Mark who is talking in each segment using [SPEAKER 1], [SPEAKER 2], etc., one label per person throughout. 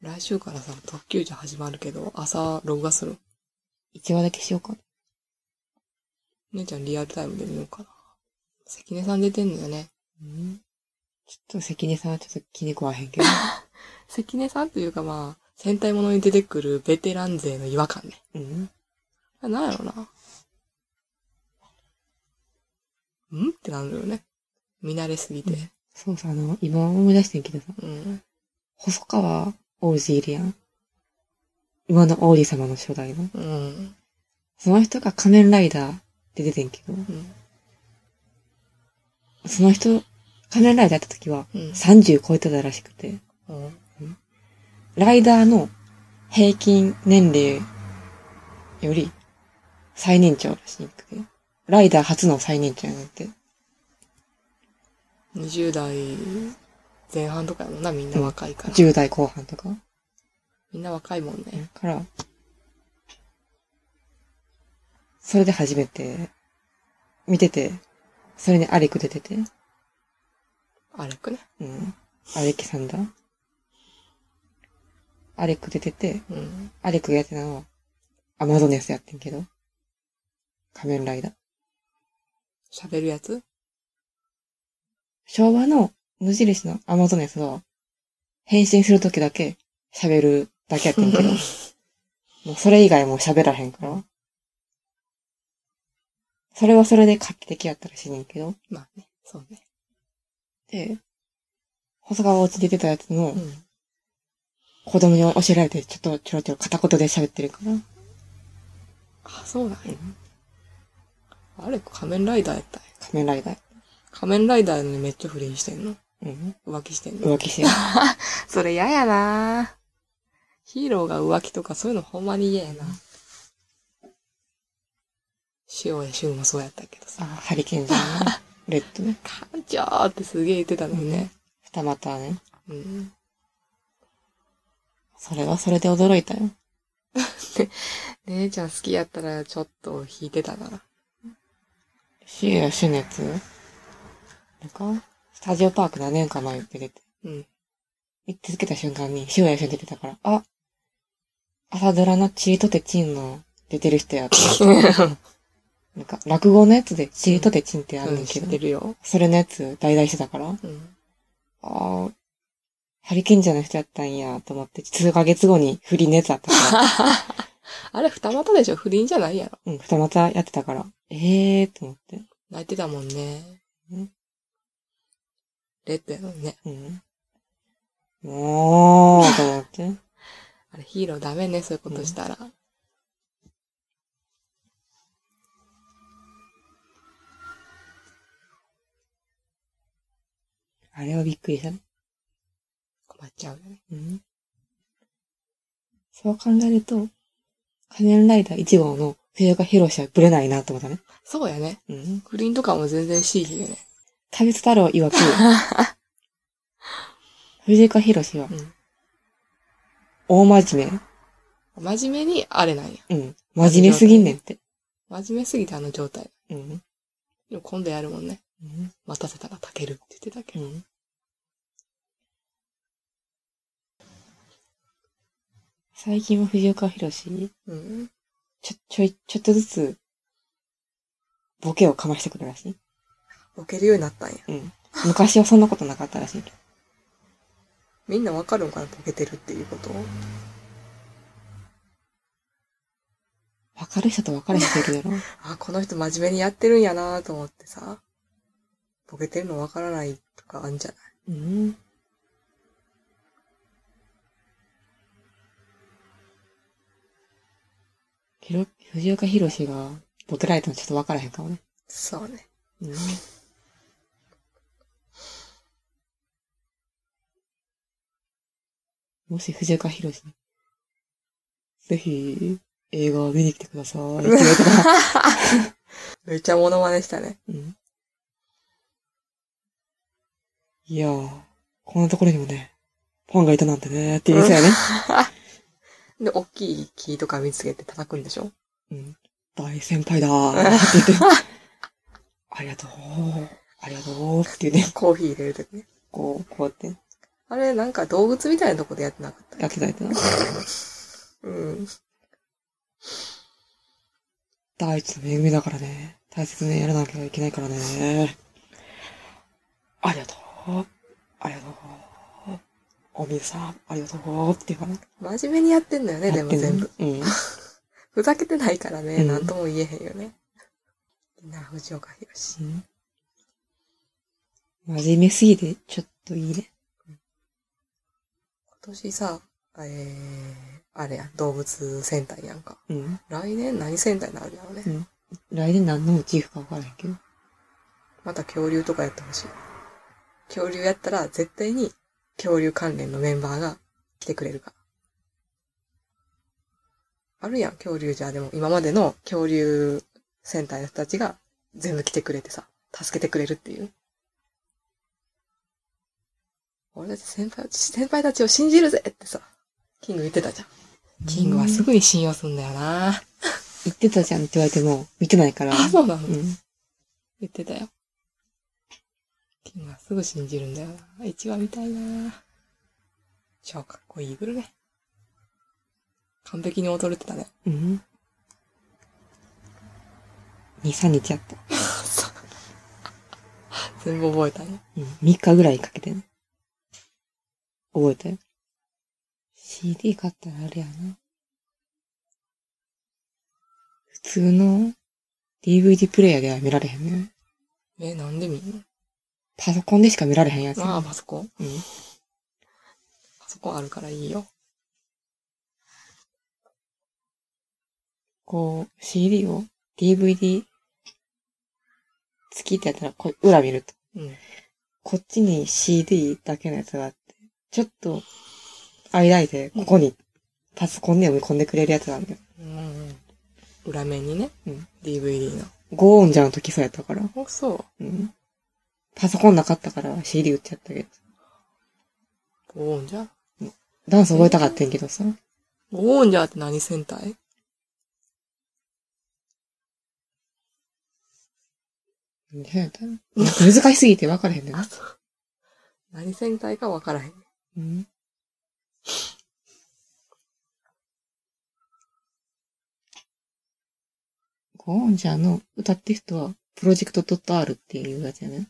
[SPEAKER 1] 来週からさ、特急じゃ始まるけど、朝、録画する。
[SPEAKER 2] 一話だけしようかな。
[SPEAKER 1] 姉ちゃんリアルタイムで見ようかな。関根さん出てんのよね。
[SPEAKER 2] うん。ちょっと関根さんはちょっと気に食わへんけど。
[SPEAKER 1] 関根さんというかまあ、戦隊ものに出てくるベテラン勢の違和感ね。
[SPEAKER 2] うん。
[SPEAKER 1] あなんやろな。んってなるよね。見慣れすぎて。
[SPEAKER 2] そうさ、あの、今思い出してんけどさ、
[SPEAKER 1] うん。
[SPEAKER 2] 細川王子いるやん。今の王子様の初代の。
[SPEAKER 1] うん。
[SPEAKER 2] その人が仮面ライダーって出てんけど、
[SPEAKER 1] うん。
[SPEAKER 2] その人、仮面ライダーやった時は
[SPEAKER 1] うん。
[SPEAKER 2] 30超えてたらしくて、
[SPEAKER 1] うん
[SPEAKER 2] ライダーの平均年齢より最年長らしいくて、ライダー初の最年長やなって。
[SPEAKER 1] 20代前半とかやもんな、みんな若いから。
[SPEAKER 2] 10代後半とか。
[SPEAKER 1] みんな若いもんね。
[SPEAKER 2] から、それで初めて、見てて、それにアレク出てて、
[SPEAKER 1] あれくね。
[SPEAKER 2] うん。アレキさんだ。アレク出てて、
[SPEAKER 1] うん。
[SPEAKER 2] アレクがやってたのは、アマゾネスやってんけど、仮面ライダー。
[SPEAKER 1] 喋るやつ
[SPEAKER 2] 昭和の無印のアマゾネスは、変身するときだけ喋るだけやってんけど、もうそれ以外もう喋らへんから。それはそれで画期的やったらしいねんけど、
[SPEAKER 1] まあね、そうね。
[SPEAKER 2] で、細川お家出てたやつの
[SPEAKER 1] うん。
[SPEAKER 2] 子供に教えられてちょっとちょろちょろ片言で喋ってるから、
[SPEAKER 1] あ、そうなんや。あれ、仮面ライダーやったんや。
[SPEAKER 2] 仮面ライダー。
[SPEAKER 1] 仮面ライダーやのにめっちゃ不倫してんの
[SPEAKER 2] うん。
[SPEAKER 1] 浮気してんの
[SPEAKER 2] 浮気してる。
[SPEAKER 1] それ嫌やなヒーローが浮気とかそういうのほんまに嫌やな。塩やシュンもそうやったけど
[SPEAKER 2] あ、
[SPEAKER 1] さ。
[SPEAKER 2] ハリケーンじゃんね。レッドね。
[SPEAKER 1] 艦長ってすげえ言ってたのにね。
[SPEAKER 2] 二股ね。
[SPEAKER 1] うん。
[SPEAKER 2] それはそれで驚いたよ。
[SPEAKER 1] 姉ちゃん好きやったらちょっと引いてたな。
[SPEAKER 2] シーやシュネツなんか、スタジオパーク何年か前に出てて、
[SPEAKER 1] うん。
[SPEAKER 2] 見続けた瞬間に、シューやシュネ出てたから、あ、朝ドラのチートテチンの出てる人やって。なんか、落語のやつでチートテチンってあるん
[SPEAKER 1] う
[SPEAKER 2] だ
[SPEAKER 1] ん、
[SPEAKER 2] け
[SPEAKER 1] 知っ
[SPEAKER 2] ど、
[SPEAKER 1] てるよ。
[SPEAKER 2] それのやつ代々してたから、あ
[SPEAKER 1] うん。
[SPEAKER 2] あ、ハリケンジャーの人やったんやと思って、数ヶ月後に不倫のやつあったから、
[SPEAKER 1] あれ、二股でしょ不倫じゃないやろ。
[SPEAKER 2] うん、二股やってたから、ええーと思って。
[SPEAKER 1] 泣いてたもんね
[SPEAKER 2] うん。
[SPEAKER 1] レッドやのにね。
[SPEAKER 2] うん。もう、と思って。
[SPEAKER 1] あれ、ヒーローダメね、そういうことしたら。
[SPEAKER 2] あれはびっくりしたね。
[SPEAKER 1] 困っちゃうよね。
[SPEAKER 2] うんそう考えると、仮面ライダー1号の藤岡弘はブレないなと思ったね。
[SPEAKER 1] そうやね。
[SPEAKER 2] うん。
[SPEAKER 1] 不倫とかも全然しいひんよね。
[SPEAKER 2] 田別太郎曰く、 藤岡弘は
[SPEAKER 1] うん、
[SPEAKER 2] 大真面
[SPEAKER 1] 真面目にあれなんや。
[SPEAKER 2] 目。うん。真面目すぎんねんって。
[SPEAKER 1] 真面目すぎてあの状態。
[SPEAKER 2] うん。
[SPEAKER 1] でも今度やるもんね。
[SPEAKER 2] うん。
[SPEAKER 1] 待たせたら炊けるって言ってたけ
[SPEAKER 2] う
[SPEAKER 1] ど。
[SPEAKER 2] ん。最近は藤岡弘
[SPEAKER 1] うん。
[SPEAKER 2] ちょ、ちょい、ちょっとずつ、ボケをかましてくるらしい。
[SPEAKER 1] 置けるようになったんや。
[SPEAKER 2] うん。昔はそんなことなかったらしいけど。
[SPEAKER 1] みんなわかるのかなボケてるっていうこと
[SPEAKER 2] わかる人とわかる人いるやろ。
[SPEAKER 1] あ、この人真面目にやってるんやなと思ってさ。ボケてるのわからないとかあんじゃない
[SPEAKER 2] うん。ひろ、藤岡弘がボケられてもちょっとわからへんかもね。
[SPEAKER 1] そうね。
[SPEAKER 2] うん。もし藤岡弘に、ぜひ映画を見に来てくださいって言われたら、
[SPEAKER 1] めっちゃモノマネしたね。
[SPEAKER 2] うん。いやー、こんなところにもね、ファンがいたなんてねーって言いそうやね。
[SPEAKER 1] で、大きい木とか見つけて叩くんでしょ
[SPEAKER 2] うん。大先輩だーって言って、ありがとうー、ありがとうーって言うね、
[SPEAKER 1] コーヒー入れるときね。
[SPEAKER 2] こう、こうやって。
[SPEAKER 1] あれ、なんか動物みたいなとこでやってなかった
[SPEAKER 2] やってたやってな。
[SPEAKER 1] うん。
[SPEAKER 2] 大地の恵みだからね。大切にやらなきゃいけないからね。ありがとう。ありがとう。お水さん、ありがとう。っていうかな。
[SPEAKER 1] 真面目にやってんだよね、でも
[SPEAKER 2] やってん
[SPEAKER 1] 全
[SPEAKER 2] の
[SPEAKER 1] 部。。
[SPEAKER 2] うん。
[SPEAKER 1] ふざけてないからね、
[SPEAKER 2] うん
[SPEAKER 1] なんとも言えへんよね。な、藤岡弘。
[SPEAKER 2] うん真面目すぎて、ちょっといいね。
[SPEAKER 1] 今年さ、えー、あれや、動物戦隊やんか。
[SPEAKER 2] うん。
[SPEAKER 1] 来年何戦隊になるんだろうね。
[SPEAKER 2] 来年何のモチーフかわからへんけど。
[SPEAKER 1] また恐竜とかやってほしい。恐竜やったら絶対に恐竜関連のメンバーが来てくれるから。あるやん、恐竜じゃあでも今までの恐竜戦隊の人たちが全部来てくれてさ、助けてくれるっていう。俺たち先輩、先輩たちを信じるぜってさ、キング言ってたじゃん。キングはす
[SPEAKER 2] ぐ
[SPEAKER 1] ぐに信用すんだよな
[SPEAKER 2] 言ってたじゃんって言われても、見てないから。
[SPEAKER 1] あ、そうなの
[SPEAKER 2] うん。
[SPEAKER 1] 言ってたよ。キングはすぐ信じるんだよな。一話見たいな。超かっこいいグルメ。完璧に踊れてたね。
[SPEAKER 2] うん。2、3日やった。
[SPEAKER 1] 全部覚えたね。
[SPEAKER 2] うん。3日ぐらいかけてね。覚えたよ。CD 買ったらあれやな。普通の DVD プレイヤーでは見られへんね。
[SPEAKER 1] え、なんで見んの
[SPEAKER 2] パソコンでしか見られへんやつ。
[SPEAKER 1] ああ、パソコン
[SPEAKER 2] うん。
[SPEAKER 1] パソコンあるからいいよ。
[SPEAKER 2] こう、CD を DVD 付きってやったら、こう裏見ると。
[SPEAKER 1] うん。
[SPEAKER 2] こっちに CD だけのやつがあって、ちょっと、間いて、ここに、パソコンで読み込んでくれるやつなんだよ。
[SPEAKER 1] うんうん。裏面にね。
[SPEAKER 2] うん。
[SPEAKER 1] DVD の。
[SPEAKER 2] ゴーンじゃんの時そうやったから。
[SPEAKER 1] あ、そう。
[SPEAKER 2] うん。パソコンなかったから CD 売っちゃったけど。
[SPEAKER 1] ボーンジャー
[SPEAKER 2] ダンス覚えたかったんけどさ。
[SPEAKER 1] ボーンジャーって何戦隊
[SPEAKER 2] そうやったな難しすぎて分からへんねんな。
[SPEAKER 1] そう。何戦隊かわからへん。
[SPEAKER 2] うん。ゴーンジャーの歌ってる人は、プロジェクト .r っていうやつやね。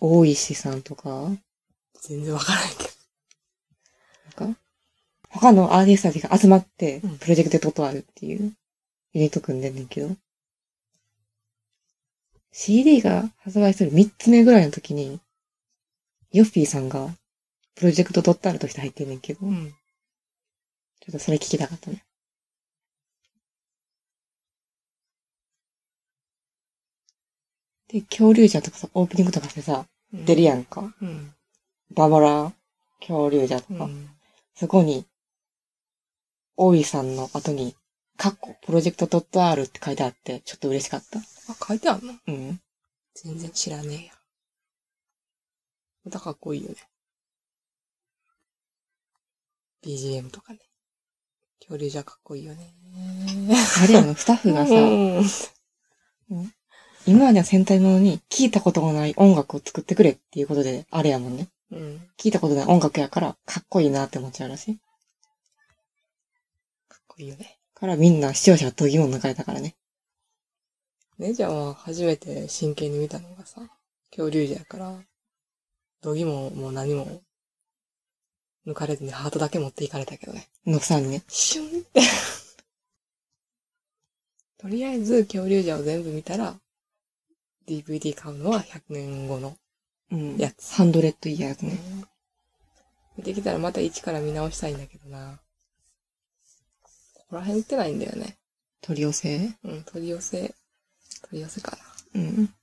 [SPEAKER 2] 大石さんとか、なん
[SPEAKER 1] 全然わからへんけど。
[SPEAKER 2] か、他のアーティストたちが集まって
[SPEAKER 1] うん、
[SPEAKER 2] プロジェクト .r っていうユニット組んでんねんけど、CD が発売する3つ目ぐらいの時に、ヨッピーさんが、プロジェクト .r として入ってんねんけど、
[SPEAKER 1] ん。
[SPEAKER 2] ちょっとそれ聞きたかったね。で、恐竜じゃとかさ、オープニングとかしてさ、出るやんか。
[SPEAKER 1] うん。
[SPEAKER 2] ババラ、恐竜じゃと
[SPEAKER 1] う
[SPEAKER 2] か。
[SPEAKER 1] ん。
[SPEAKER 2] そこに、大井さんの後に、カッコ、プロジェクト .r って書いてあって、ちょっと嬉しかった。
[SPEAKER 1] あ、書いてあんの
[SPEAKER 2] うん。
[SPEAKER 1] 全然知らねえや。歌かっこいいよね。BGM とかね。恐竜じゃかっこいいよね。
[SPEAKER 2] あれやの、スタッフがさ、
[SPEAKER 1] うん
[SPEAKER 2] 今までは戦隊ものに、聞いたことのない音楽を作ってくれっていうことで、あれやもんね。
[SPEAKER 1] うん。
[SPEAKER 2] 聞いたことない音楽やから、かっこいいなって思っちゃうらしい。
[SPEAKER 1] かっこいいよね。
[SPEAKER 2] からみんな視聴者は度肝を抜かれたからね。
[SPEAKER 1] 姉ちゃんは初めて真剣に見たのがさ、恐竜じゃやから、度肝も何も抜かれずにハートだけ持っていかれたけどね。
[SPEAKER 2] のさんね。
[SPEAKER 1] シュンって。 とりあえず、恐竜じゃを全部見たら、DVD 買うのは100年後の。
[SPEAKER 2] うん
[SPEAKER 1] やつ
[SPEAKER 2] ハンドレッドイヤーズね。
[SPEAKER 1] 見てきたらまた一から見直したいんだけどな。ここら辺売ってないんだよね。
[SPEAKER 2] 取り寄せ
[SPEAKER 1] うん、取り寄せ、取り寄せかな。
[SPEAKER 2] うん。